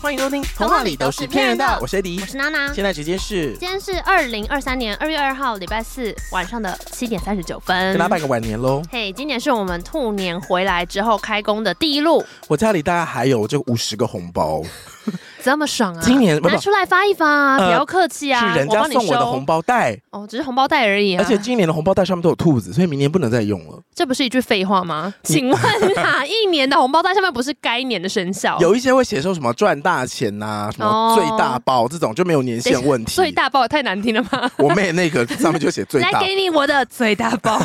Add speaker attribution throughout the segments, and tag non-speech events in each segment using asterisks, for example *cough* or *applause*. Speaker 1: 欢迎收听《童话里都是骗人的》，我是嗯 AD，
Speaker 2: 我是娜娜。
Speaker 1: 现在直接是
Speaker 2: 今天是二零二三年二月二号，礼拜四晚上的七点三十九分
Speaker 1: 跟。大家拜个晚年喽。
Speaker 2: 嘿今年是我们兔年回来之后开工的第一路，
Speaker 1: 我家里大概还有这五十个红包，
Speaker 2: 这么爽啊！
Speaker 1: 今年不
Speaker 2: 拿出来发一发啊，
Speaker 1: 呃
Speaker 2: 不要客气啊，
Speaker 1: 是人家
Speaker 2: 我帮你收
Speaker 1: 送我的红包袋，
Speaker 2: 哦，只是红包袋而已啊。
Speaker 1: 而且今年的红包袋上面都有兔子，所以明年不能再用了。
Speaker 2: 这不是一句废话吗？请问啊，一年的红包袋上面不是该年的生肖？
Speaker 1: 有一些会写说什么赚大钱呐、什么
Speaker 2: 哦
Speaker 1: 最大包这种就没有年限问题。
Speaker 2: 最，大包也太难听了吧？
Speaker 1: 我妹那个上面就写最
Speaker 2: 来
Speaker 1: 大，
Speaker 2: 给你我的最大包，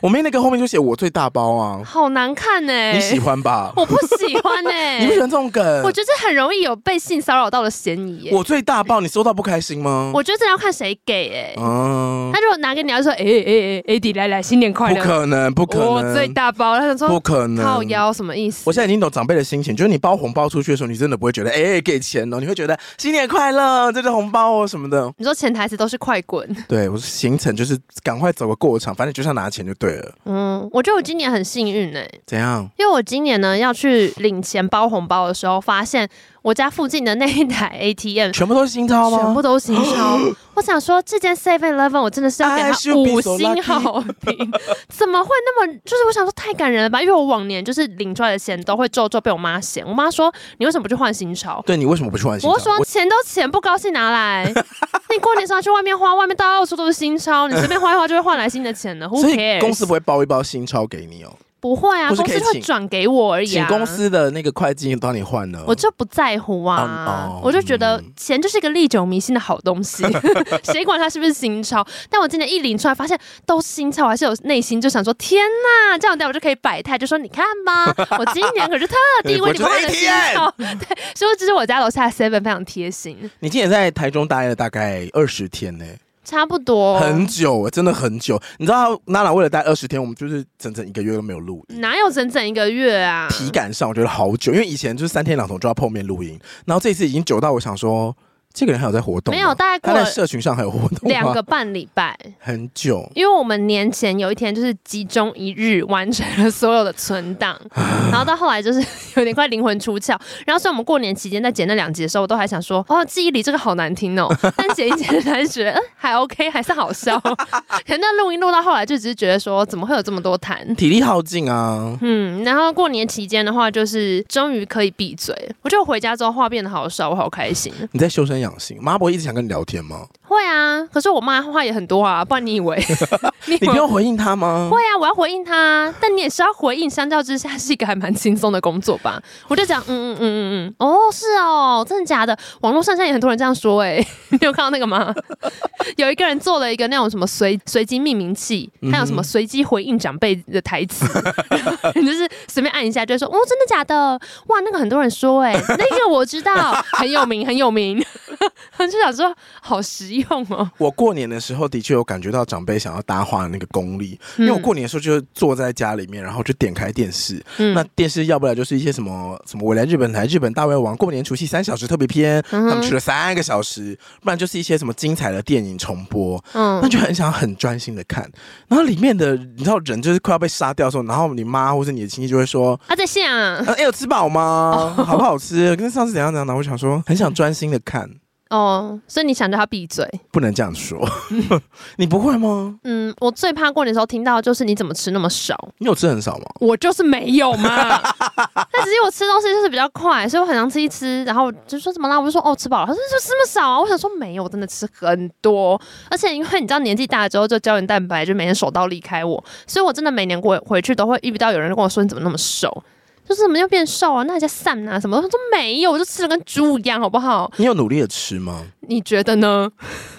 Speaker 1: 我妹那个后面就写我最大包啊，
Speaker 2: 好难看呢、
Speaker 1: 你喜？欢吧？
Speaker 2: 我不喜欢呢、
Speaker 1: *laughs* 你不喜欢这种梗？
Speaker 2: 我觉得这很容易有被性骚扰到的嫌疑耶、
Speaker 1: 我最大包，你收到不开心吗？
Speaker 2: 我觉得这要看谁给哎、
Speaker 1: 嗯
Speaker 2: 他，如果拿给你，他就说：“哎哎哎，艾迪来来，新年快
Speaker 1: 不
Speaker 2: 乐！”
Speaker 1: 可能，不可
Speaker 2: 我
Speaker 1: 能，
Speaker 2: 最大包，他想
Speaker 1: 不
Speaker 2: 说
Speaker 1: 可能，
Speaker 2: 靠腰什么意思？
Speaker 1: 我现在已经懂长辈的心情，就是你包红包出去的时候，你真的不会觉得哎、给钱哦，你会觉得新年快乐，这是红包哦什么的。
Speaker 2: 你说潜台词都是快
Speaker 1: *laughs*
Speaker 2: 滚。
Speaker 1: 对我是行程就是赶快走个过场，反正就是要拿钱就对了。
Speaker 2: 嗯，我觉得我今年很幸运哎、
Speaker 1: 怎样？
Speaker 2: 因为我今年呢要去领钱包红包的时候，发现我家附近的那一台 ATM
Speaker 1: 全部都是新钞吗？
Speaker 2: 全部都新
Speaker 1: *gasps*
Speaker 2: 钞。我想说，这件 Seven Eleven 我真的是要给
Speaker 1: I
Speaker 2: 他
Speaker 1: should be
Speaker 2: 五
Speaker 1: so
Speaker 2: 星
Speaker 1: lucky
Speaker 2: 好评，怎么会那么？就是我想说太感人了吧，因为我往年就是领出来的钱都会皱皱被我妈嫌，我妈说你为什么不去换新钞？
Speaker 1: 对你为什么不去换新
Speaker 2: 我
Speaker 1: 钞？
Speaker 2: 说钱都钱不高兴拿
Speaker 1: *laughs*
Speaker 2: 来，你过年时候去外面花，外面到处都是新钞，你随便花一花就会换来新的钱了。Who
Speaker 1: 所以
Speaker 2: cares？
Speaker 1: 公司不会包一包新钞给你哦，
Speaker 2: 不会啊，
Speaker 1: 不是
Speaker 2: 公
Speaker 1: 可以
Speaker 2: 司就会
Speaker 1: 请
Speaker 2: 转给我而已
Speaker 1: 请
Speaker 2: 啊。
Speaker 1: 公司的那个会计帮你换呢。
Speaker 2: 我就不在乎啊
Speaker 1: 嗯哦哦
Speaker 2: 我就觉得
Speaker 1: 嗯
Speaker 2: 钱就是一个历久弥新的好
Speaker 1: *laughs*
Speaker 2: 东西，谁管它是不是新钞？但我今年一领出来，发现都是新钞，我还是有内心就想说：天呐，这样待我就可以摆态，就说你看
Speaker 1: *laughs*
Speaker 2: 吧，我今年可是特地为你们换了新钞。 *laughs* 对，所以这是我家楼下 Seven 非常贴心，
Speaker 1: 你今年在台中待了大概二十天呢、
Speaker 2: 差不多。
Speaker 1: 很久，真的很久。你知道娜娜为了待二十天，我们就是整整一个月都没有录音。
Speaker 2: 哪有整整一个月啊？
Speaker 1: 体感上我觉得好久，因为以前就是三天两头就要碰面录音，然后这次已经久到我想说，这个人还有在活动吗？
Speaker 2: 没有大概过
Speaker 1: 他
Speaker 2: 了
Speaker 1: 在社群上还有活动吗
Speaker 2: 两个嗯半礼拜。
Speaker 1: 很久，
Speaker 2: 因为我们年前有一天就是集中一日完成了所有的存档，然后到后来就是有点快灵魂出窍。然后所以我们过年期间在剪那两集的时候，我都还想说，哦，记忆里这个好难听哦。但剪一剪还是觉得，嗯，还 OK，还是好笑。可那录音录到后来，就只是觉得说，怎么会有这么多痰？
Speaker 1: 体力耗尽啊。
Speaker 2: 嗯，然后过年期间的话，就是终于可以闭嘴了。我觉得我回家之后话变得好少，我好开心。
Speaker 1: 你在修身养性，妈不会一直想跟你聊天吗？
Speaker 2: 会啊，可是我妈话也很多啊，不然你以为？你以
Speaker 1: 你
Speaker 2: 为
Speaker 1: 不用回应他吗？
Speaker 2: 会啊，我要回应他，但你也是要回应。相较之下，是一个还蛮轻松的工作 *laughs* 吧？我就讲，嗯嗯嗯嗯嗯，哦，是哦，真的假的？网络上现在也很多人这样说、欸，哎， *laughs* 你有看到那个 *laughs* 吗？有一个人做了一个那种什么随随机命名器，还有什么随机回应长辈的台词， *laughs* 你就是随便按一下就会说，哦，真的假的？哇，那个很多人说、欸，哎，那个我知道，很有名，很有名。 *laughs* 我就想说，好实用哦。
Speaker 1: 我过年的时候的确有感觉到长辈想要搭话的那个功力，因为我过年的时候就是坐在家里面，然后就点开电视，
Speaker 2: 嗯
Speaker 1: 那电视要不然就是一些什么什么我来日本来日本大胃王过年除夕三小时特别篇，
Speaker 2: 嗯
Speaker 1: 他们去了三个小时，不然就是一些什么精彩的电影重播，
Speaker 2: 嗯
Speaker 1: 那就很想很专心的看。然后里面的你知道人就是快要被杀掉的时候，然后你妈或是你的亲戚就会说。
Speaker 2: 啊，在线啊。哦
Speaker 1: 呃哎、有吃饱吗？好不好吃？跟上次怎样怎样？然后我想说，很想专心的看，
Speaker 2: 哦，所以你想叫他闭嘴。
Speaker 1: 不能这样
Speaker 2: *laughs*
Speaker 1: 说。 *laughs* 你不会吗？
Speaker 2: 嗯，我最怕过年的时候听到就是你怎么吃那么少，
Speaker 1: 你有吃很少吗？
Speaker 2: 我就是没有嘛。 *laughs* 但只是我吃东西就是比较快，所以我很常吃一吃，然后我就说怎么啦？我就说哦吃饱了，他说就吃那么少啊。我想说没有，我真的吃很多，而且因为你知道年纪大了之后就胶原蛋白就每天手刀离开我，所以我真的每年过回去都会遇到有人跟我说你怎么那么瘦。就是怎么又变瘦啊？那家散啊什么？我说没有，我就吃的跟猪一样，好不好？
Speaker 1: 你有努力的吃吗？
Speaker 2: 你觉得呢？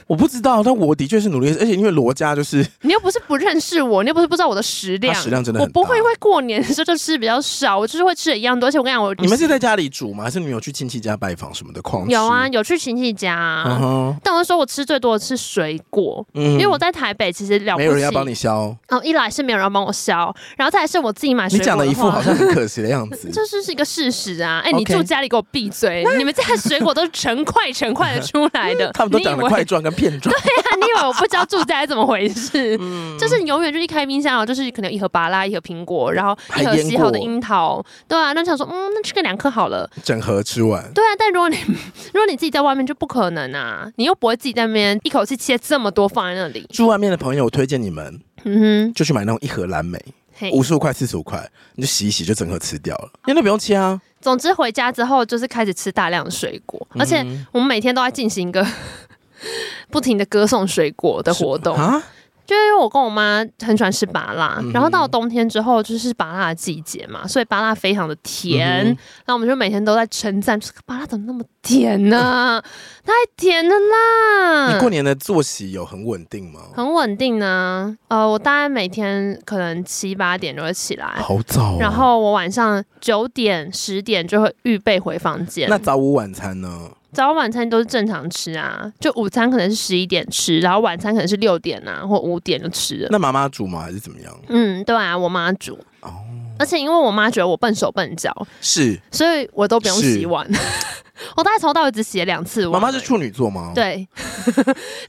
Speaker 1: 我不知道，但我的确是努力地吃，而且因为罗家就是
Speaker 2: 你又不是不认识我，你又不是不知道我的食量，
Speaker 1: 他食量真的
Speaker 2: 我
Speaker 1: 很大
Speaker 2: 不会因为过年的时候就吃比较少，我就是会吃的一样多。而且我跟你讲，我
Speaker 1: 你们是在家里煮吗？还是你们有去亲戚家拜访什么的狂吃
Speaker 2: 有啊，，有去亲戚家、
Speaker 1: 嗯哼，
Speaker 2: 但我说我吃最多的是水果，
Speaker 1: 嗯
Speaker 2: 因为我在台北其实了不起，
Speaker 1: 没有人要帮你削，
Speaker 2: 哦，一来是没有人要帮我削，然后再来是我自己买水
Speaker 1: 你
Speaker 2: 果
Speaker 1: 讲
Speaker 2: 的
Speaker 1: 的一副
Speaker 2: 话。
Speaker 1: 好像很可惜的样子
Speaker 2: 这 *laughs* 就是一个事实啊！哎、你
Speaker 1: OK，
Speaker 2: 住家里给我闭嘴！你们家的水果都是成块成块的出来的
Speaker 1: *laughs* 他们都长
Speaker 2: 你以
Speaker 1: 得
Speaker 2: 为 *laughs*
Speaker 1: 块状跟片状，
Speaker 2: 啊，你以为我不知道住家是怎么回事？
Speaker 1: 嗯
Speaker 2: 就是你永远就一开冰箱，然后就是可能一盒芭拉，一盒苹果，然后一盒
Speaker 1: 还腌
Speaker 2: 洗好的
Speaker 1: 过
Speaker 2: 樱桃，对啊，那就想说，嗯，那吃个两颗好了。
Speaker 1: 整盒吃完。
Speaker 2: 对啊，但如果你 *laughs* 如果你自己在外面就不可能啊，你又不会自己在那边一口气切这么多放在那里。
Speaker 1: 住外面的朋友，我推荐你们
Speaker 2: 嗯
Speaker 1: 就去买那种一盒蓝莓，
Speaker 2: 哼，嘿
Speaker 1: 五，十五块、四十五块，你就洗一洗就整盒吃掉了，因为那不用切啊。
Speaker 2: 总之回家之后就是开始吃大量的水果，
Speaker 1: 嗯
Speaker 2: 而且我们每天都在进行一个 *laughs* 不停的歌颂水果的活动。
Speaker 1: 啊，嗯
Speaker 2: 就因为我跟我妈很喜欢吃芭辣，然后到冬天之后就是芭辣的季节嘛，所以芭辣非常的甜。
Speaker 1: 嗯哼
Speaker 2: 然后我们就每天都在称赞，这个芭辣怎么那么甜呢、太甜了啦！
Speaker 1: 你过年的作息有很稳定吗？
Speaker 2: 嗯很稳定呢、呃，我大概每天可能七八点就会起来，
Speaker 1: 好早、哦，
Speaker 2: 然后我晚上九点十点就会预备回房间。
Speaker 1: 那早午晚餐呢？
Speaker 2: 早晚餐都是正常吃啊，就午餐可能是十一点吃，然后晚餐可能是六点啊或五点就吃了。
Speaker 1: 那哦妈妈煮吗？还是怎么样？
Speaker 2: 嗯，对啊，我妈煮。而且因为我妈觉得我笨手笨脚，
Speaker 1: 是
Speaker 2: 所以我都不用
Speaker 1: 是
Speaker 2: 洗
Speaker 1: *laughs*
Speaker 2: 碗。 *laughs* 我大概从头到尾只洗了两次碗。
Speaker 1: 妈妈是处女座吗？，
Speaker 2: 对， *laughs*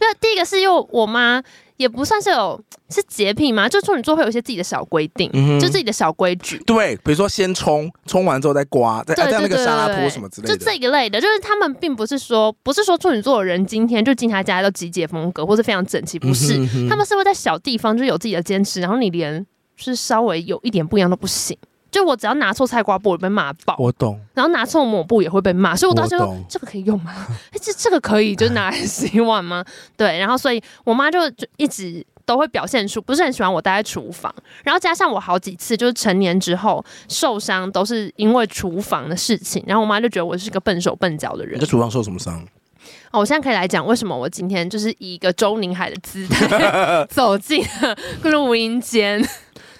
Speaker 2: 那第一个是因为我妈也不算是有是洁癖嘛，就处女座会有一些自己的小规定，
Speaker 1: 嗯哼
Speaker 2: 就自己的小规矩。
Speaker 1: 对，比如说先冲，冲完之后再刮，再
Speaker 2: 对
Speaker 1: 再
Speaker 2: 对
Speaker 1: 啊那
Speaker 2: 对
Speaker 1: 个沙拉
Speaker 2: 对
Speaker 1: 托
Speaker 2: 对，
Speaker 1: 什么之类
Speaker 2: 就
Speaker 1: 的。
Speaker 2: 这一类的，就是他们并不是说，不是说处女座的人今天就进他家都集结风格，或是非常整齐，不
Speaker 1: 嗯
Speaker 2: 是，
Speaker 1: 哼嗯哼
Speaker 2: 他们是会在小地方就有自己的坚持，然后你连就是稍微有一点不一样都不行。就我只要拿错菜瓜布，我被骂爆。
Speaker 1: 我懂，
Speaker 2: 然后拿错抹布也会被骂，所以我当时
Speaker 1: 我
Speaker 2: 说
Speaker 1: 懂
Speaker 2: 这个可以用吗？ *laughs* 哎，这这个可以就拿来洗碗吗？对，然后所以我妈就就一直都会表现出不是很喜欢我待在厨房，然后加上我好几次就是成年之后受伤都是因为厨房的事情，然后我妈就觉得我是个笨手笨脚的人
Speaker 1: 你在。厨房受什么伤？
Speaker 2: 哦，我现在可以来讲为什么我今天就是以一个周宁海的姿
Speaker 1: *laughs*
Speaker 2: 态走进了录音间，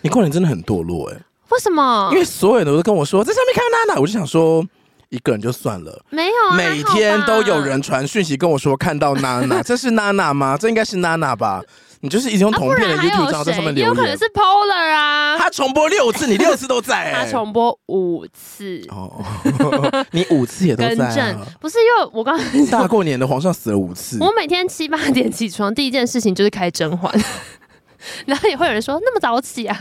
Speaker 1: 你过年真的很堕落哎、
Speaker 2: 为什么
Speaker 1: 因？为所有人都跟我说在上面看到娜娜，我就想说一个人就算了，
Speaker 2: 没有啊，
Speaker 1: 每
Speaker 2: 还好
Speaker 1: 天
Speaker 2: 吧
Speaker 1: 都有人传讯息跟我说看到娜娜，这是娜娜吗？这应该是娜娜吧？你就是一直用
Speaker 2: 啊，
Speaker 1: 同
Speaker 2: 不
Speaker 1: 片的
Speaker 2: 然还
Speaker 1: YouTube 账
Speaker 2: 有
Speaker 1: 号在上
Speaker 2: 谁
Speaker 1: 面？
Speaker 2: 也
Speaker 1: 留
Speaker 2: 有可能
Speaker 1: 言
Speaker 2: 是，Polar 啊。
Speaker 1: 他重播六次，你六次都在、
Speaker 2: 他
Speaker 1: 哎。
Speaker 2: 重播五次，
Speaker 1: 哦， *laughs* 你五次也都
Speaker 2: 更
Speaker 1: 在、
Speaker 2: 正
Speaker 1: 啊，
Speaker 2: 不是因为我刚才说，
Speaker 1: *laughs* 大过年的皇上死了五次，
Speaker 2: *laughs* 我每天七八点起床，第一件事情就是开甄嬛。 *laughs* 然后也会有人说那么早起啊？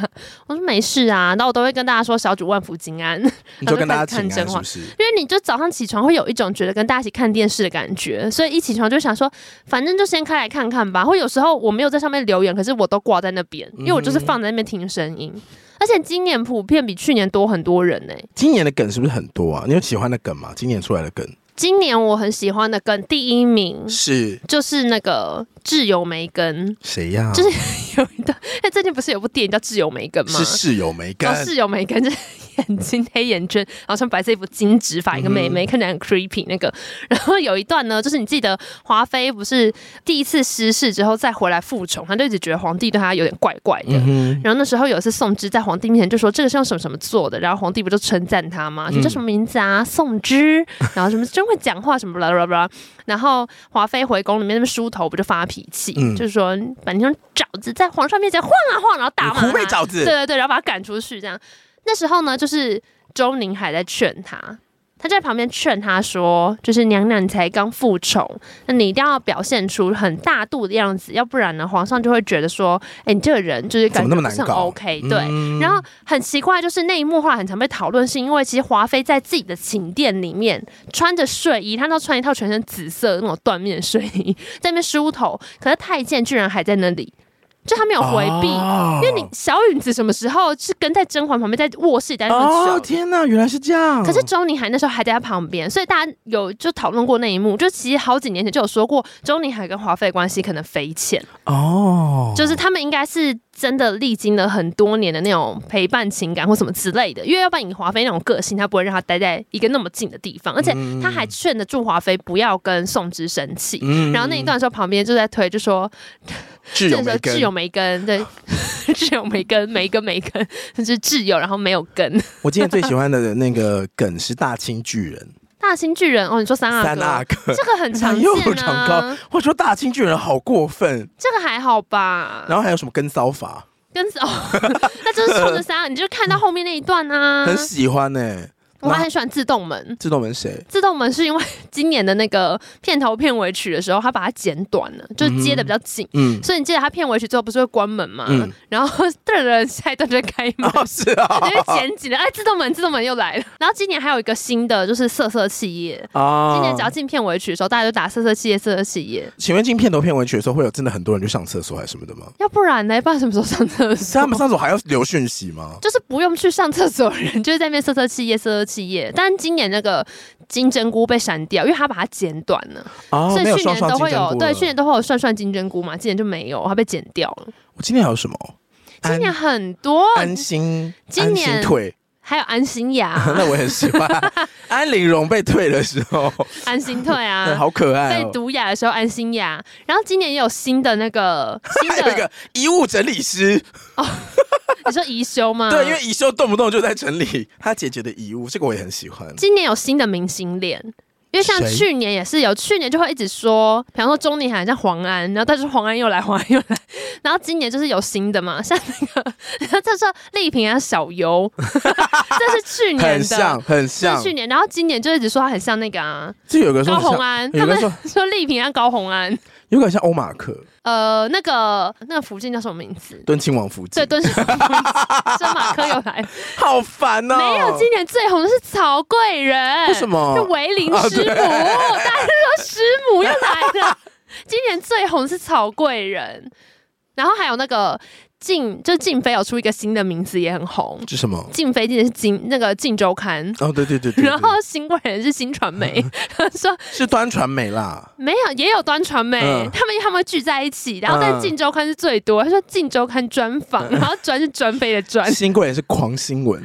Speaker 2: 我说没事啊，然后我都会跟大家说小主万福金安，因 *laughs*
Speaker 1: 你就跟大家
Speaker 2: 看
Speaker 1: 请
Speaker 2: 甄
Speaker 1: 安是
Speaker 2: 嬛
Speaker 1: 不是？
Speaker 2: 为你就早上起床会有一种觉得跟大家一起看电视的感觉，所以一起床就想说，反正就先开来看看吧。或有时候我没有在上面留言，可是我都挂在那边，
Speaker 1: 嗯
Speaker 2: 因为我就是放在那边听声音。而且今年普遍比去年多很多人呢、欸
Speaker 1: 今年的梗是不是很多啊？你有喜欢的梗吗？今年出来的梗
Speaker 2: 今年我很喜欢的梗第一名
Speaker 1: 是
Speaker 2: 就是那个挚友梅根， *laughs*
Speaker 1: 谁呀、
Speaker 2: 就是有一段，哎，最近不是有部电影叫《挚友梅根》吗？
Speaker 1: 是室友没梗
Speaker 2: 哦，，室友梅根就是眼睛黑眼圈， *laughs* 然后穿白色衣服、金直发一个妹妹，看起来很 creepy 那个。 *laughs* 然后有一段呢，就是你记得华妃不是第一次失势之后再回来复宠，她就一直觉得皇帝对她有点怪怪的。
Speaker 1: 嗯
Speaker 2: 然后那时候有一次，宋芝在皇帝面前就说这个是用什么什么做的，然后皇帝不就称赞他
Speaker 1: 嗯
Speaker 2: 吗？说叫什么名字啊，宋芝，然后什么真会讲话什么巴拉巴拉。然后华妃回宫里面那边梳头不就发脾气，
Speaker 1: 嗯
Speaker 2: 就是说把那种爪子在皇上面前晃啊晃，然后打
Speaker 1: 哼，
Speaker 2: 骂
Speaker 1: 湖北
Speaker 2: 他。
Speaker 1: 饺
Speaker 2: 对
Speaker 1: 子，
Speaker 2: 对对，然后把他赶出去这样。那时候呢，就是周宁海在劝他，他就在旁边劝他说，就是娘娘你才刚复宠，那你一定要表现出很大度的样子，要不然呢，皇上就会觉得说，哎、你这个人就是感
Speaker 1: 怎么那
Speaker 2: 觉
Speaker 1: 么
Speaker 2: 不是
Speaker 1: 难
Speaker 2: 很
Speaker 1: 搞
Speaker 2: OK，对。
Speaker 1: 嗯
Speaker 2: 然后很奇怪，就是那一幕后来很常被讨论，是因为其实华妃在自己的寝殿里面穿着睡衣，她都穿一套全身紫色的那种缎面睡衣，在那边梳头，可是太监居然还在那里，就他没有回避。
Speaker 1: 哦
Speaker 2: 因为你小允子什么时候是跟在甄嬛旁边，在卧室待那么久？
Speaker 1: 哦天啊哪，原来是这样。
Speaker 2: 可是周宁海那时候还在他旁边，所以大家有就讨论过那一幕，就其实好几年前就有说过，周宁海跟华妃的关系可能匪浅，
Speaker 1: 哦，
Speaker 2: 就是他们应该是真的历经了很多年的那种陪伴情感或什么之类的，因为要不然以华妃那种个性，她不会让她待在一个那么近的地方，而且她还劝得住华妃不要跟宋之生气。
Speaker 1: 嗯
Speaker 2: 然后那一段的时候，旁边就在推，就说
Speaker 1: 挚
Speaker 2: 这
Speaker 1: 友
Speaker 2: 个时候
Speaker 1: 没
Speaker 2: 挚
Speaker 1: 跟
Speaker 2: 友，没跟，对，挚友没跟，没跟没跟，就是挚友，然后没有跟。
Speaker 1: 我今天最喜欢的那个梗是大清巨
Speaker 2: *laughs*
Speaker 1: 人，
Speaker 2: 大型巨人哦，你说三阿哥，
Speaker 1: 三阿哥，
Speaker 2: 这个很常
Speaker 1: 又
Speaker 2: 见
Speaker 1: 长高
Speaker 2: 啊，，嗯
Speaker 1: 我说大清巨人好过分。
Speaker 2: 这个还好吧？
Speaker 1: 然后还有什么跟骚法，
Speaker 2: 跟哦， *laughs* 那就是冲着三，你就看到后面那一段啊。
Speaker 1: 很喜欢呢、
Speaker 2: 我还很喜欢自动门，
Speaker 1: 自动门谁？
Speaker 2: 自动门是因为 *laughs* 今年的那个片头片尾曲的时候，他把它剪短了，就是接的比较紧。 *laughs*
Speaker 1: 嗯，
Speaker 2: 所以你记得他片尾曲最后不是会关门嘛？
Speaker 1: 嗯
Speaker 2: 然后 *laughs* 的人下一段就会开门，
Speaker 1: 哦是啊，
Speaker 2: 因为剪紧了。哎，自动门，自动门又来了。然后今年还有一个新的，就是色色企业。
Speaker 1: 啊
Speaker 2: 今年只要进片尾曲的时候，大家就打色色企业，色色企业。
Speaker 1: 请问进片头片尾曲的时候，会有真的很多人去上厕所还是什么的吗？啊
Speaker 2: 要不然呢？不然什么时候上厕所？
Speaker 1: 他们上厕所还要留讯息吗？
Speaker 2: 就是不用去上厕所的人，就是在那边色色气夜、色色气夜。但今年那个金针菇被删掉，因为他把它剪短了，
Speaker 1: 哦，
Speaker 2: 所
Speaker 1: 没
Speaker 2: 以
Speaker 1: 有
Speaker 2: 去
Speaker 1: 双
Speaker 2: 年
Speaker 1: 双
Speaker 2: 都
Speaker 1: 金
Speaker 2: 会
Speaker 1: 针
Speaker 2: 有
Speaker 1: 菇
Speaker 2: 对，
Speaker 1: 了
Speaker 2: 去年都会有涮涮金针菇嘛，今年就没有，它被剪掉了。
Speaker 1: 我今年还有什么？
Speaker 2: 今年很多，
Speaker 1: 安安心，
Speaker 2: 今
Speaker 1: 安
Speaker 2: 年
Speaker 1: 心退， *laughs*
Speaker 2: 还有安心雅、
Speaker 1: 那我很喜
Speaker 2: *laughs*
Speaker 1: 欢。安陵容被退的时候，
Speaker 2: 安心退
Speaker 1: 嗯
Speaker 2: *laughs*
Speaker 1: *laughs*
Speaker 2: 啊。
Speaker 1: 好可爱
Speaker 2: 被
Speaker 1: 哦。
Speaker 2: 毒哑的时候，安心雅，然后今年也有新的那
Speaker 1: *laughs*
Speaker 2: 个新
Speaker 1: 还有一
Speaker 2: 的，
Speaker 1: 个遗物整理师，
Speaker 2: 你说宜修吗？
Speaker 1: 对，因为宜修动不动就在整理他姐姐的遗物，这个我也很喜欢。
Speaker 2: 今年有新的明星脸，因为像
Speaker 1: 谁
Speaker 2: 去年也是有，去年就会一直说，比方说钟宁涵像黄安，然后但是黄安又来，黄安又来， *laughs* 然后今年就是有新的嘛，像那个，这是丽萍啊，小优， *laughs* 这是去年
Speaker 1: 很
Speaker 2: 的
Speaker 1: 像，。很
Speaker 2: 这
Speaker 1: 像
Speaker 2: 是。去年，然后今年就一直说他很像那个啊，
Speaker 1: 这有个说
Speaker 2: 高
Speaker 1: 很
Speaker 2: 红
Speaker 1: 像，
Speaker 2: 安，
Speaker 1: 有
Speaker 2: 他
Speaker 1: 个
Speaker 2: 们
Speaker 1: 说
Speaker 2: *laughs* 说丽萍啊，高红安，
Speaker 1: 有个像欧马克、
Speaker 2: 呃，那个那个福晋叫什么名字？
Speaker 1: 敦亲王福晋
Speaker 2: 对，，敦是真马克又来了，
Speaker 1: 好烦哦。
Speaker 2: 没有，今年最红的是曹贵人，
Speaker 1: 为什么啊
Speaker 2: 是维林师母，大家都说师母又
Speaker 1: *laughs*
Speaker 2: 来了。今年最红是曹贵人，然后还有那个静，就静妃有出一个新的名字也很红。
Speaker 1: 是什么？
Speaker 2: 静妃今年是金那个晋周刊，
Speaker 1: 哦，对对对对，对
Speaker 2: 然后新贵人是新
Speaker 1: *laughs*
Speaker 2: 传媒，说
Speaker 1: 是端传媒啦。
Speaker 2: 没有，也有端传媒，
Speaker 1: 嗯
Speaker 2: 他们他们聚在一起，然后在
Speaker 1: 嗯
Speaker 2: 晋周刊是最多。他说晋周刊专访，然后专是专妃的专，
Speaker 1: 新贵人是狂新闻，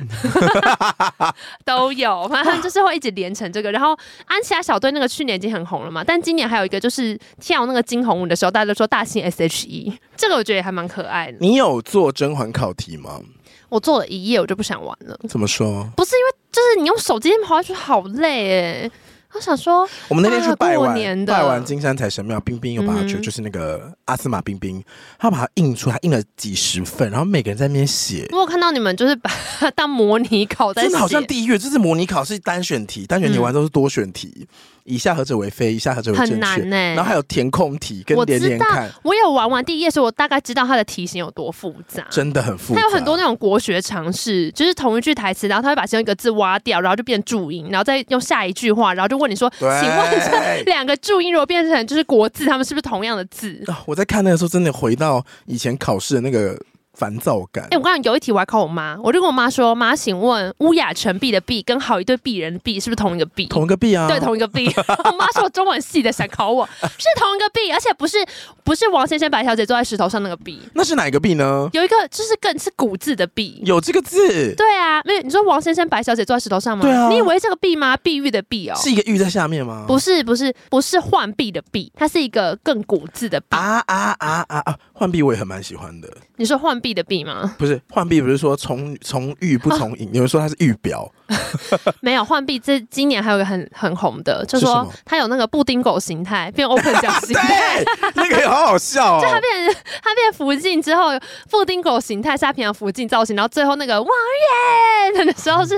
Speaker 2: 都 *laughs* 有，反正就是会一直连成这个。然后安琪拉小队那个去年已经很红了嘛，但今年还有一个就是跳那个惊鸿舞的时候，大家都说大型 SHE，这个我觉得也还蛮可爱的。
Speaker 1: 你有做甄嬛考题吗？
Speaker 2: 我做了一夜，我就不想玩了。
Speaker 1: 怎么说？
Speaker 2: 不是因为就是你用手机滑下去好累哎、我想说
Speaker 1: 我们那天去拜
Speaker 2: 啊过年
Speaker 1: 完，
Speaker 2: 的
Speaker 1: 拜完金山财神庙，冰冰有把它就、
Speaker 2: 嗯
Speaker 1: 就是那个阿斯玛冰冰，他把它印出来，印了几十份，然后每个人在那边写，
Speaker 2: 如果看到你们就是把它当模拟考在
Speaker 1: 真
Speaker 2: 写嗯
Speaker 1: 的，好像地狱，这是模拟考试单选题，单选题完之后是多选题，以下何者为非，以下何者为正确，
Speaker 2: 很难欸
Speaker 1: 然后还有填空题跟
Speaker 2: 我
Speaker 1: 连
Speaker 2: 知
Speaker 1: 连
Speaker 2: 道
Speaker 1: 看，，
Speaker 2: 我有玩完第一页，所以我大概知道它的题型有多复杂。
Speaker 1: 真的很复杂，
Speaker 2: 它有很多那种国学常识，就是同一句台词，然后他会把其中一个字挖掉，然后就变注音，然后再用下一句话，然后就问你说：“请
Speaker 1: 对
Speaker 2: 问这两个注音如果变成就是国字，它们是不是同样的字
Speaker 1: *laughs* 啊我在看那个时候，真的回到以前考试的那个烦躁感？”
Speaker 2: 哎、。我刚刚有一题我还考我妈，我就跟我妈说：“妈，请问乌雅成璧的璧跟好一对璧人的璧是不是同一个璧？”
Speaker 1: 同一个币啊，
Speaker 2: 对，同一个璧。 *laughs* 我妈说我中文系的，想考我是同一个璧，而且不是不是王先生、白小姐坐在石头上那个璧，
Speaker 1: 那是哪一个币呢？
Speaker 2: 有一个就是更是古字的璧。
Speaker 1: 有这个字，
Speaker 2: 对啊，没有你说王先生、白小姐坐在石头上吗？
Speaker 1: 对啊
Speaker 2: 你以为这个碧吗？碧玉的碧哦，
Speaker 1: 是一个玉在下面吗？
Speaker 2: 不是不是不是浣碧的碧，它是一个更古字的碧。
Speaker 1: 啊啊啊啊啊！浣碧我也很蛮喜欢的，
Speaker 2: 你说浣碧的碧吗？ *laughs*
Speaker 1: 不是浣碧不是说从从玉不从影，有人说它是玉表，
Speaker 2: 没有，浣碧这今年还有一个很很红的，就是
Speaker 1: 什
Speaker 2: 说
Speaker 1: 么
Speaker 2: 它有那个布丁狗形态变 open 角形
Speaker 1: *laughs* 对
Speaker 2: 态。，
Speaker 1: 那个也好好笑
Speaker 2: *laughs*
Speaker 1: 哦。
Speaker 2: 它变它变福晋之后，布丁狗形态是它平常福晋造型，然后最后那个王爷的时候是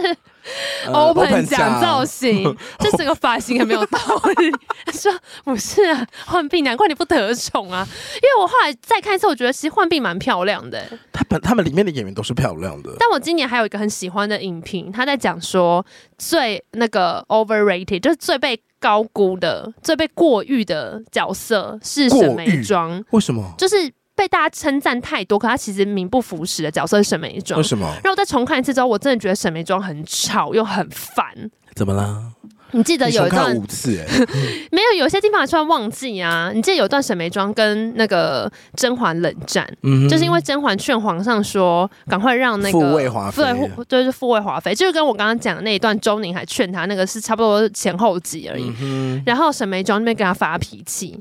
Speaker 1: 呃
Speaker 2: open 讲
Speaker 1: 奖 *laughs*
Speaker 2: 造型，这整个发型也没有道理。他说不是啊，浣碧难怪你不得宠啊，因为我后来再看一次，我觉得其实浣碧蛮漂亮的、
Speaker 1: 他本他们里面的演员都是漂亮的，
Speaker 2: 但我今年还有一个很喜欢的影评，他在讲说最那个 overrated，就是最被高估的、最被过誉的角色是沈
Speaker 1: 过
Speaker 2: 眉
Speaker 1: 誉
Speaker 2: 庄，
Speaker 1: 为什么？
Speaker 2: 就是被大家称赞太多，可他其实名不符实的角色是啊沈眉庄
Speaker 1: 为。什么？
Speaker 2: 然后我再重看一次之后，我真的觉得沈眉庄很吵又很烦。
Speaker 1: 怎么啦？
Speaker 2: 你记得
Speaker 1: 你重
Speaker 2: 有一
Speaker 1: 看
Speaker 2: 段
Speaker 1: 五次
Speaker 2: *laughs*
Speaker 1: 哎，
Speaker 2: 没有，有些地方还突然忘记啊。你记得有一段沈眉庄跟那个甄嬛冷战，
Speaker 1: 嗯
Speaker 2: 就是因为甄嬛劝皇上说，赶快让那个
Speaker 1: 复位华妃啊
Speaker 2: 对，复就是复位华妃，就是跟我刚刚讲的那一段，周宁还劝他那个是差不多前后集而已。
Speaker 1: 嗯哼，
Speaker 2: 然后沈眉庄那边跟他发脾气，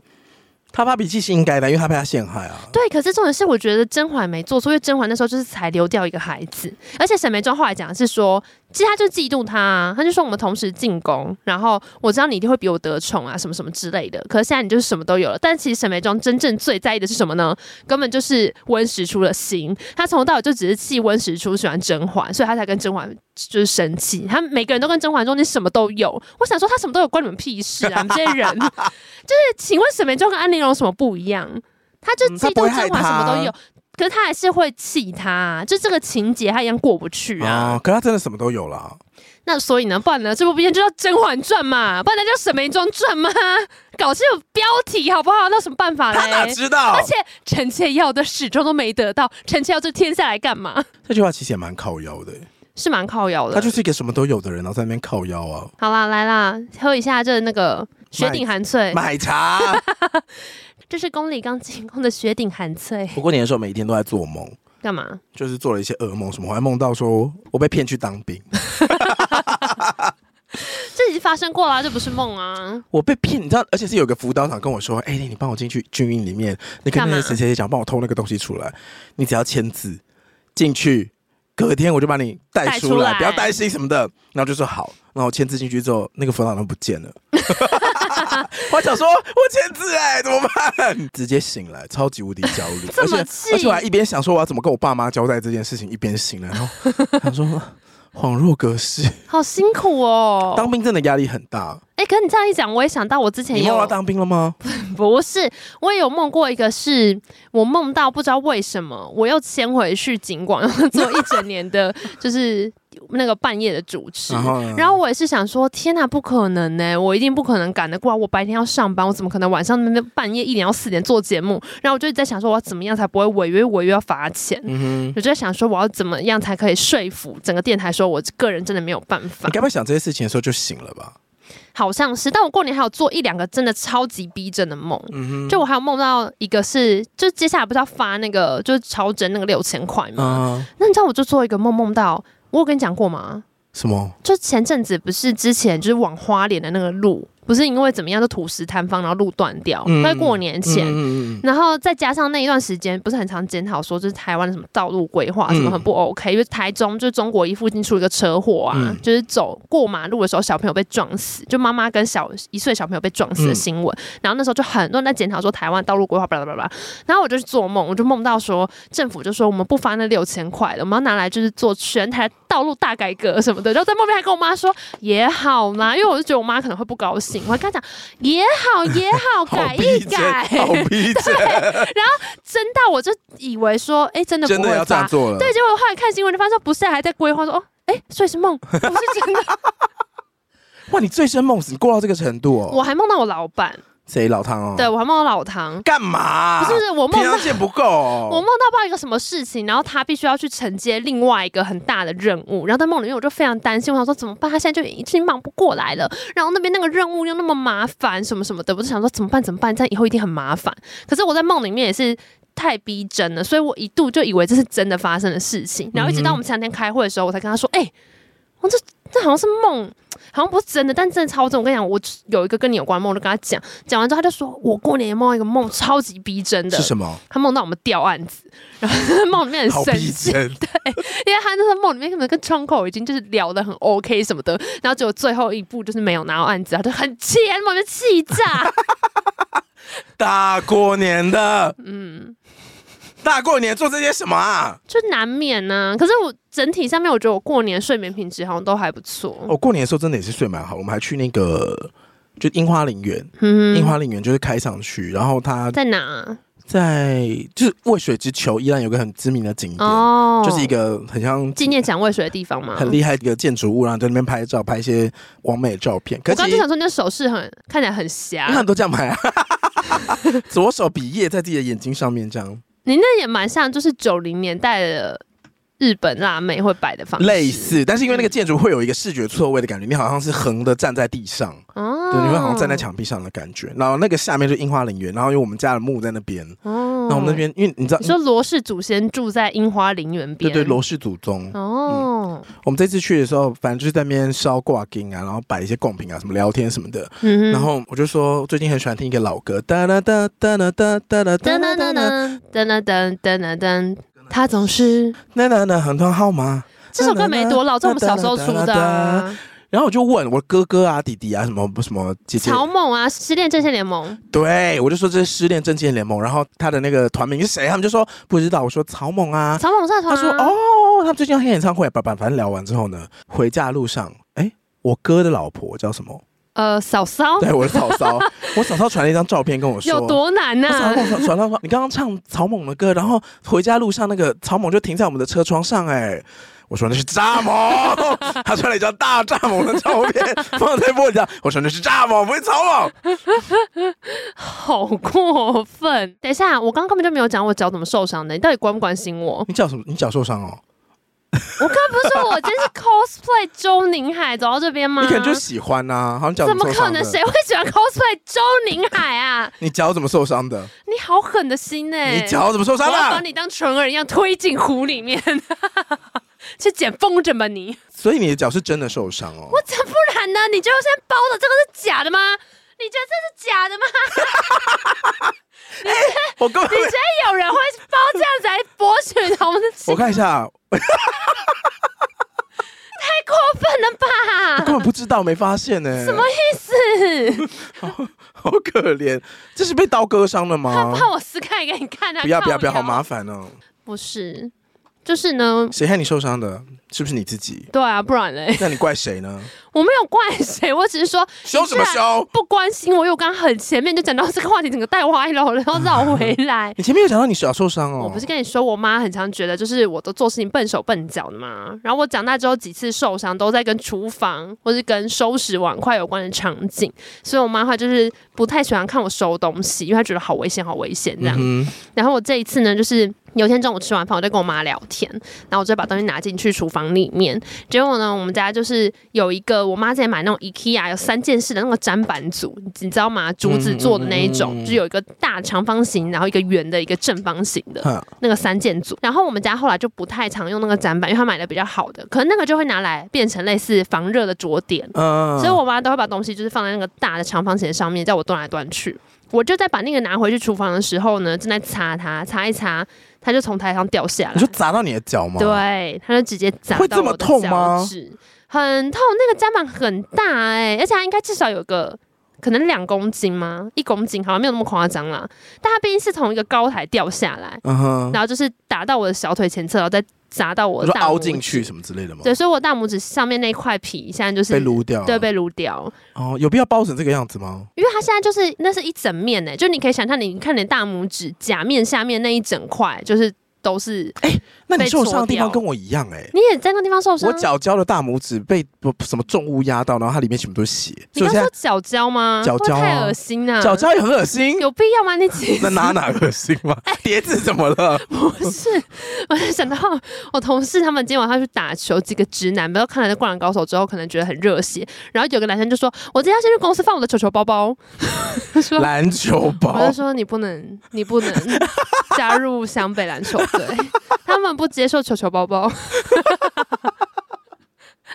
Speaker 1: 他发脾气是应该的，因为他被他陷害啊。
Speaker 2: 对，可是重点是我觉得甄嬛没做错，因为甄嬛那时候就是才流掉一个孩子，而且沈眉庄后来讲的是说，其实他就嫉妒他、啊，他就说我们同时进宫，然后我知道你一定会比我得宠啊，什么什么之类的。可是现在你就是什么都有了，但其实沈眉庄真正最在意的是什么呢？根本就是温实初的心，他从头到尾就只是气温实初喜欢甄嬛，所以他才跟甄嬛就是生气。他每个人都跟甄嬛说你什么都有，我想说他什么都有关你们屁事啊，你们这些人。就是请问沈眉庄跟安陵容有什么不一样？他就
Speaker 1: 嗯
Speaker 2: 嫉
Speaker 1: 他不
Speaker 2: 妒
Speaker 1: 会
Speaker 2: 甄
Speaker 1: 害
Speaker 2: 嬛什么都
Speaker 1: 他
Speaker 2: 有，可是他还是会气他、啊就这个情节他一样过不去啊。
Speaker 1: 啊，可他真的什么都有了，
Speaker 2: 那所以呢，不然呢，这部片就叫《甄嬛传》嘛，不然它叫《沈眉庄传》嘛， *laughs* 搞清楚标题好不好？那有什么办法
Speaker 1: 他哪
Speaker 2: 嘞？
Speaker 1: 知道
Speaker 2: 哎而？且臣妾要的始终都没得到，臣妾要这天下来干嘛？ *laughs*
Speaker 1: 这句话其实也蛮靠腰的，
Speaker 2: 是蛮靠腰的。
Speaker 1: 他就是一个什么都有的人，然后在那边靠腰啊，
Speaker 2: 好啦，来啦，喝一下这那个雪顶寒翠，
Speaker 1: 买
Speaker 2: *laughs*
Speaker 1: 茶。
Speaker 2: 这是宫里刚进宫的雪顶寒翠，
Speaker 1: 我过年的时候每一天都在做梦，
Speaker 2: *laughs* 干嘛？
Speaker 1: 就是做了一些噩梦，什么我还梦到说我被骗去当兵，
Speaker 2: 这已经发生过啦，这不是梦啊。
Speaker 1: 我被骗，你知道，而且是有个辅导长跟我说，哎、你帮我进去军营里面，你跟那
Speaker 2: 干
Speaker 1: 个
Speaker 2: 嘛
Speaker 1: 谁谁谁讲，帮我偷那个东西出来，你只要签字进去，隔天我就把你带出来，
Speaker 2: 带出来
Speaker 1: 不要担心什么的。然后就说好，然后我签字进去之后，那个辅导长不见
Speaker 2: *laughs*
Speaker 1: 了。我想说，我签字哎、怎么办？直接醒来，超级无敌焦
Speaker 2: *laughs*
Speaker 1: 虑，
Speaker 2: 这
Speaker 1: 而
Speaker 2: 么
Speaker 1: 且
Speaker 2: 气
Speaker 1: 而且我还一边想说我要怎么跟我爸妈交代这件事情，一边醒来，
Speaker 2: *laughs*
Speaker 1: 然后想说恍若隔世。
Speaker 2: 好辛苦哦！
Speaker 1: 当兵真的压力很大，
Speaker 2: 哎、可是你这样一讲，我也想到我之前
Speaker 1: 你
Speaker 2: 也
Speaker 1: 梦
Speaker 2: 有
Speaker 1: 到当兵了吗？
Speaker 2: 不是，我也有梦过一个是，我梦到不知道为什么，我又先回去景广 *laughs* 做一整年的，就是那个半夜的主持。
Speaker 1: 然后呢
Speaker 2: 然后我也是想说，天哪，不可能呢、我一定不可能赶得过来。我白天要上班，我怎么可能晚上那边半夜一点到四点做节目？然后我就一直在想说，我要怎么样才不会违约？违约要罚钱。
Speaker 1: 嗯哼。
Speaker 2: 我就在想说，我要怎么样才可以说服整个电台，说我个人真的没有办法
Speaker 1: 你。该不会想这些事情的时候就醒了吧？
Speaker 2: 好像是，但我过年还有做一两个真的超级逼真的梦。
Speaker 1: 嗯哼，
Speaker 2: 就我还有梦到一个是，就接下来不是要发那个就是超整那个六千块嘛？
Speaker 1: 啊、
Speaker 2: 那你知道我就做一个梦，梦到我有跟你讲过吗？
Speaker 1: 什么？
Speaker 2: 就前阵子不是之前就是往花莲的那个路，不是因为怎么样就土石坍方，然后路断掉，
Speaker 1: 嗯
Speaker 2: 在过年前。
Speaker 1: 嗯嗯嗯
Speaker 2: 然后再加上那一段时间，不是很常检讨说，就是台湾的什么道路规划什么
Speaker 1: 嗯
Speaker 2: 很不 OK，、因为台中就是中国一附近出一个车祸啊，
Speaker 1: 嗯
Speaker 2: 就是走过马路的时候小朋友被撞死，就妈妈跟小一岁小朋友被撞
Speaker 1: 嗯
Speaker 2: 死的新闻。然后那时候就很多人在检讨说台湾道路规划巴拉巴拉，然后我就去做梦，我就梦到说政府就说我们不发那六千块了，我们要拿来就是做全台道路大改革什么的。然后在梦里还跟我妈说也好啦，因为我就觉得我妈可能会不高兴，我还跟她讲也好也好
Speaker 1: *laughs* 好
Speaker 2: 改一
Speaker 1: 逼真，
Speaker 2: 改，
Speaker 1: 好逼
Speaker 2: *laughs*
Speaker 1: 真，
Speaker 2: 真到我就以为说，哎、真的不
Speaker 1: 真的
Speaker 2: 会
Speaker 1: 要这样
Speaker 2: 发。
Speaker 1: 做了。
Speaker 2: 对，结果后来看新闻就发现说不是，还在规划说，哦，哎、所以是梦，不是真
Speaker 1: *laughs*
Speaker 2: 的。
Speaker 1: 哇，你醉生梦死，你过到这个程度
Speaker 2: 我
Speaker 1: 哦。
Speaker 2: 还梦到我老板，
Speaker 1: 谁老汤哦？
Speaker 2: 对，我还梦到老唐，
Speaker 1: 干嘛、
Speaker 2: 不是不是，我梦
Speaker 1: 平
Speaker 2: 到
Speaker 1: 常见不够、哦。
Speaker 2: 我梦到不知道一个什么事情，然后他必须要去承接另外一个很大的任务，然后在梦里面我就非常担心，我想说怎么办？他现在就已经忙不过来了，然后那边那个任务又那么麻烦，什么什么的，我就想说怎么办？怎么办？这样以后一定很麻烦。可是我在梦里面也是。太逼真了，所以我一度就以为这是真的发生的事情，然后一直到我们前两天开会的时候，我才跟他说：“哎、我这这好像是梦，好像不是真的，但真的超真。我跟你讲，我有一个跟你有关的梦，我就跟他讲，讲完之后他就说，我过年也梦到一个梦，超级逼真的。
Speaker 1: 是什么？
Speaker 2: 他梦到我们掉案子，然后梦里面
Speaker 1: 好
Speaker 2: 很生
Speaker 1: 逼
Speaker 2: 气，
Speaker 1: 真，
Speaker 2: 因为他那时候梦里面可能跟窗口已经就是聊得很 OK 什么的，然后结果最后一步就是没有拿到案子，他就很气，他梦里面
Speaker 1: *laughs*
Speaker 2: 气炸。
Speaker 1: 大过年的，
Speaker 2: 嗯，
Speaker 1: 大过年做这些什么啊？
Speaker 2: 就难免呢、可是我整体上面，我觉得我过年睡眠品质好像都还不错。
Speaker 1: 我、哦过年的时候真的也是睡蛮好，我们还去那个就樱花陵园，
Speaker 2: 嗯
Speaker 1: 樱
Speaker 2: 哼，
Speaker 1: 花陵园就是开上去，然后它
Speaker 2: 在哪？
Speaker 1: 在就是渭水之丘，依然有个很知名的景点，
Speaker 2: 哦，
Speaker 1: 就是一个很像
Speaker 2: 纪念蒋渭水的地方嘛。
Speaker 1: 很厉害的一个建筑物，然后在那边拍照，拍一些完美的照片。可
Speaker 2: 我
Speaker 1: 是
Speaker 2: 刚
Speaker 1: 其
Speaker 2: 就
Speaker 1: 实
Speaker 2: 想说，你的手势很看起来很
Speaker 1: 因为
Speaker 2: 瞎
Speaker 1: 很，多这样拍啊， *laughs* 左手比耶在自己的眼睛上面这样，
Speaker 2: 你那也蛮像，就是九零年代的日本辣妹会摆的方式，
Speaker 1: 类似。但是因为那个建筑会有一个视觉错位的感觉，你好像是横的站在地上，
Speaker 2: 哦，
Speaker 1: 对，你会好像站在墙壁上的感觉。然后那个下面就是樱花陵园，然后因为我们家的墓在那边，
Speaker 2: 哦，
Speaker 1: 那我们那边因为你知道
Speaker 2: 你，说罗氏祖先住在樱花陵园
Speaker 1: 呃对
Speaker 2: 边，
Speaker 1: 对，罗氏祖宗。
Speaker 2: 哦，
Speaker 1: 我们这次去的时候，反正就是在那边烧挂金啊，然后摆一些贡品啊，什么聊天什么的。
Speaker 2: 嗯哼，
Speaker 1: 然后我就说，最近很喜欢听一个老歌，哒哒哒哒哒哒哒哒
Speaker 2: 噔
Speaker 1: 哒
Speaker 2: 噔
Speaker 1: 哒
Speaker 2: 噔
Speaker 1: 哒哒
Speaker 2: 噔噔噔噔噔噔，他总是
Speaker 1: 哒哒哒，很多号码。
Speaker 2: 这首歌没多老，这我们小时候出的啊，
Speaker 1: 然后我就问我哥哥啊、弟弟啊、什么什么姐姐，
Speaker 2: 草蜢啊，失恋阵线联盟，
Speaker 1: 对我就说这是失恋阵线联盟，然后他的那个团名是谁？他们就说不知道。我说草蜢啊，
Speaker 2: 草蜢社团
Speaker 1: 他
Speaker 2: 啊，
Speaker 1: 说哦，他们最近要开演唱会，爸爸。反正聊完之后呢，回家路上，哎，我哥的老婆叫什么？
Speaker 2: 呃，嫂嫂
Speaker 1: 对，我的嫂嫂，我嫂嫂传了一张照片跟我说，
Speaker 2: 有多难
Speaker 1: 我
Speaker 2: 啊
Speaker 1: 嫂嫂？
Speaker 2: 呐
Speaker 1: 跟我传传到说，哦你刚刚唱草蜢的歌，然后回家路上那个草蜢就停在我们的车窗上、哎。我说那是蚱蜢，他穿了一张大蚱蜢的照片放在玻璃上。我说那是蚱蜢，不是草蜢。
Speaker 2: 好过分！等一下，我刚刚根本就没有讲我脚怎么受伤的，你到底关不关心我？
Speaker 1: 你脚什么？你脚受伤哦？
Speaker 2: 我刚刚不是说我今天是 cosplay 周宁海走到这边吗？
Speaker 1: 你可能就喜欢呐、好像脚
Speaker 2: 怎么
Speaker 1: 受
Speaker 2: 可
Speaker 1: 伤
Speaker 2: 能？
Speaker 1: 的？
Speaker 2: 谁会喜欢 cosplay 周宁海啊？
Speaker 1: 你脚怎么受伤的？
Speaker 2: 你好狠的心呢、
Speaker 1: 你脚怎么受
Speaker 2: 哎我
Speaker 1: 伤
Speaker 2: 要把
Speaker 1: 了？
Speaker 2: 你当纯儿一样推进湖里面， *laughs* 去捡风筝吧你！
Speaker 1: 所以你的脚是真的受伤哦。
Speaker 2: 这不然呢？你觉得我现在包的这个是假的吗？你觉得这是假的吗？
Speaker 1: *laughs* 我根本
Speaker 2: 你觉得有人会包这样子来博取同情
Speaker 1: 我？看一下，
Speaker 2: 太过分了吧！
Speaker 1: 根本不知道，没发现呢、
Speaker 2: 什么意思？
Speaker 1: *laughs* 好可怜，这是被刀割伤了吗？
Speaker 2: 怕我撕开给你看啊！
Speaker 1: 啊不要不要不要，好
Speaker 2: 靠腰
Speaker 1: 麻烦哦。
Speaker 2: 不是，就是呢，
Speaker 1: 谁害你受伤的？是不是你自己？
Speaker 2: 对啊，不然嘞，
Speaker 1: 那你怪谁
Speaker 2: *laughs*
Speaker 1: 呢？
Speaker 2: 我没有怪谁，我只是啊说
Speaker 1: 羞什么
Speaker 2: 你居然
Speaker 1: 羞？
Speaker 2: 不关心我，因为我刚刚很前面就讲到这个话题，整个带歪了，然后绕回来。
Speaker 1: 你前面有讲到你脚受伤哦。
Speaker 2: 我不是跟你说，我妈很常觉得就是我都做事情笨手笨脚的嘛。然后我长大之后几次受伤都在跟厨房或是跟收拾碗筷有关的场景，所以我妈她就是不太喜欢看我收东西，因为她觉得好危险，好危险这样。
Speaker 1: 嗯哼，
Speaker 2: 然后我这一次呢，就是有一天中午吃完饭，我就跟我妈聊天，然后我就把东西拿进去厨房里面。结果呢，我们家就是有一个我妈之前买那种 IKEA 有三件式的那个砧板组，你知道吗？竹子做的那一种，
Speaker 1: 嗯嗯嗯
Speaker 2: 就有一个大长方形，然后一个圆的，一个正方形的。
Speaker 1: 哈
Speaker 2: 那个三件组，然后我们家后来就不太常用那个展板，因为他买的比较好的，可能那个就会拿来变成类似防热的桌垫，
Speaker 1: 嗯
Speaker 2: 所以我妈都会把东西就是放在那个大的长方形的上面，叫我端来端去。我就在把那个拿回去厨房的时候呢，正在擦它，擦一擦，它就从台上掉下
Speaker 1: 你说
Speaker 2: 来，
Speaker 1: 砸到你的脚吗？，
Speaker 2: 对，它就直接砸
Speaker 1: 会
Speaker 2: 到
Speaker 1: 这么
Speaker 2: 我的
Speaker 1: 痛
Speaker 2: 脚
Speaker 1: 吗
Speaker 2: 趾，很痛。那个砧板很大哎、而且它应该至少有个可能两公斤吗？一公斤好像没有那么夸张啦，但它毕竟是从一个高台掉下来。
Speaker 1: 嗯哼，
Speaker 2: 然后就是打到我的小腿前侧，然后再砸到我
Speaker 1: 你
Speaker 2: 的
Speaker 1: 说
Speaker 2: 大拇
Speaker 1: 凹
Speaker 2: 指
Speaker 1: 进去。什么之类的吗？
Speaker 2: 对，所以我大拇指上面那块皮现在就是
Speaker 1: 被撸掉。
Speaker 2: 对，被撸掉，
Speaker 1: 哦，有必要包成这个样子吗？
Speaker 2: 因为它现在就是那是一整面欸呢，就你可以想象，你看你的大拇指甲面下面那一整块，就是都是。
Speaker 1: 那你受伤的地方
Speaker 2: 被戳掉
Speaker 1: 跟我一样哎、
Speaker 2: 你也在那个地方受伤
Speaker 1: 我。脚胶的大拇指被不什么重物压到，然后它里面全部都是血，
Speaker 2: 你
Speaker 1: 所以
Speaker 2: 刚
Speaker 1: 我现
Speaker 2: 说脚胶吗？
Speaker 1: 脚胶啊
Speaker 2: 会不会太恶心了、
Speaker 1: 在脚胶也很恶心。
Speaker 2: 有哎必要吗？你几
Speaker 1: 那哪哪恶心
Speaker 2: *laughs*
Speaker 1: 吗？碟子怎么了？
Speaker 2: 不是， *laughs* 我就想到我同事他们今天晚上去打球，几个直男，不要看了那《灌篮高手》之后，可能觉得很热血。然后有个男生就说：“我今天要先去公司放我的球球包包。” *laughs* 说
Speaker 1: 篮球
Speaker 2: 我
Speaker 1: 包
Speaker 2: 就，说：“你不能，你
Speaker 1: *laughs*
Speaker 2: 不能加入湘北篮球队，他们不 *laughs* 接受球球包包。”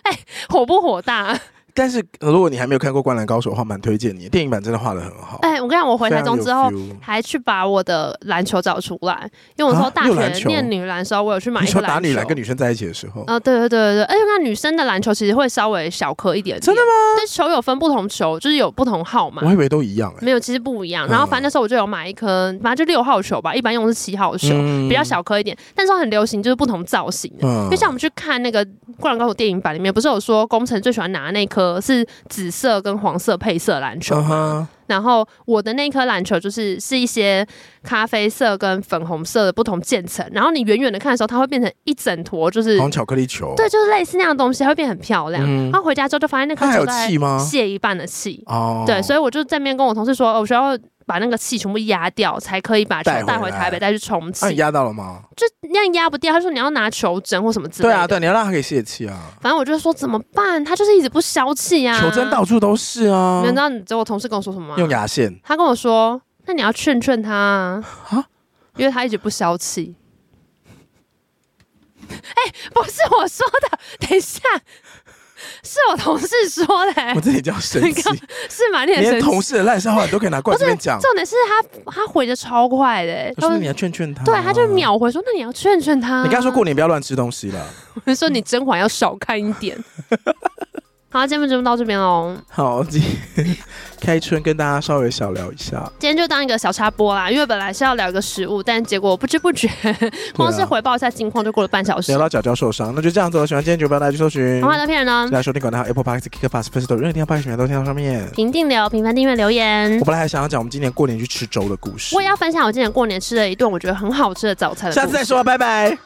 Speaker 2: 哎，火不火大？
Speaker 1: 但是呃如果你还没有看过《灌篮高手》的话，蛮推荐你，电影版真的画的很好。
Speaker 2: 哎、我跟你讲，我回台中之
Speaker 1: 非
Speaker 2: 后
Speaker 1: 常有 feel
Speaker 2: 还去把我的篮球找出来，因为我那时候
Speaker 1: 啊
Speaker 2: 大
Speaker 1: 你有篮
Speaker 2: 学
Speaker 1: 球
Speaker 2: 念女篮的时候，我有去买
Speaker 1: 你
Speaker 2: 一
Speaker 1: 说
Speaker 2: 个
Speaker 1: 打女
Speaker 2: 球
Speaker 1: 篮跟女生在一起的时候，
Speaker 2: 啊、对对对对对，而且那女生的篮球其实会稍微小颗一点点，
Speaker 1: 真的
Speaker 2: 吗？但球有分不同球，就是有不同号码
Speaker 1: 我，还以为都一样哎、
Speaker 2: 没有，其实不一样。然后反正那时候我就有买一颗，反正就六号球吧，一般用的是七号球，
Speaker 1: 嗯
Speaker 2: 比较。小颗一点，但是很流行就是不同造型的。
Speaker 1: 嗯
Speaker 2: 因为像我们去看那个《灌篮高手》电影版里面，不是有说工程最喜欢拿的那颗是紫色跟黄色配色篮球
Speaker 1: 嗯
Speaker 2: 吗？
Speaker 1: 哼
Speaker 2: 然后我的那颗篮球就是是一些咖啡色跟粉红色的不同渐层，然后你远远的看的时候，它会变成一整坨，就是
Speaker 1: 好像巧克力球，
Speaker 2: 对，就是类似那样的东西，它会变很漂亮。
Speaker 1: 嗯
Speaker 2: 然后回家之后就发现那颗
Speaker 1: 它还
Speaker 2: 球
Speaker 1: 有
Speaker 2: 在
Speaker 1: 气吗？
Speaker 2: 泄一半的气，
Speaker 1: 哦，
Speaker 2: 对，所以我就在那边跟我同事说，哦我需要把那个气全部压掉，才可以把球
Speaker 1: 带回
Speaker 2: 带回台北
Speaker 1: 来啊
Speaker 2: 再去充
Speaker 1: 那、
Speaker 2: 气，
Speaker 1: 你压到了吗？
Speaker 2: 就那样压不掉。他说你要拿球针或什么之类
Speaker 1: 对
Speaker 2: 的。
Speaker 1: 啊，对，你要让它可以泄气啊，
Speaker 2: 反正我就说怎么办，他就是一直不消气啊。
Speaker 1: 球针到处都是啊
Speaker 2: 你们，知道你知道我同事跟我说什么吗？
Speaker 1: 用牙线
Speaker 2: 他跟我说：“那你要劝劝他啊，
Speaker 1: 啊
Speaker 2: 因为他一直不消气。” *laughs* 哎、不是我说的，等一下，是我同事说的、哎
Speaker 1: 我自己叫神
Speaker 2: 你
Speaker 1: 奇，
Speaker 2: *laughs* 刚是满脸
Speaker 1: 连
Speaker 2: 神
Speaker 1: 同
Speaker 2: 气。
Speaker 1: 事的烂笑话你都可以拿过来这边讲。
Speaker 2: 重点是他他回的超快的、哎
Speaker 1: 我
Speaker 2: 他
Speaker 1: 说
Speaker 2: 说
Speaker 1: 那你要劝劝他，啊
Speaker 2: 对，他就。秒啊回说：“那你要劝劝他。”
Speaker 1: 你刚刚说过，年不要乱吃东西了。
Speaker 2: 我就 *laughs* 说你甄嬛要少看一点。嗯 *laughs* 好，今天节目到这边哦喽，
Speaker 1: 好，今 *laughs* 开春跟大家稍微小聊一下，
Speaker 2: 今天就当一个小插播啦，因为本来是要聊一个食物，但结果不知不
Speaker 1: *laughs*
Speaker 2: 觉，光是回报一下近况就过了半小时
Speaker 1: 聊。到脚脚受伤，那就这样子了。喜欢今天节目，不要大家去搜寻
Speaker 2: 童，话的片人哦呢，
Speaker 1: 来收听广大 Apple Podcast、Kick Pass、First 任何地方 Podcast 平台都听到上面。
Speaker 2: 评定留、评分、订阅、留言
Speaker 1: 我。本来还想要讲我们今年过年去吃粥的故事，
Speaker 2: 我也要分享我今年过年吃了一顿我觉得很好吃的早餐的
Speaker 1: 下
Speaker 2: 故事。
Speaker 1: 次再说，拜拜。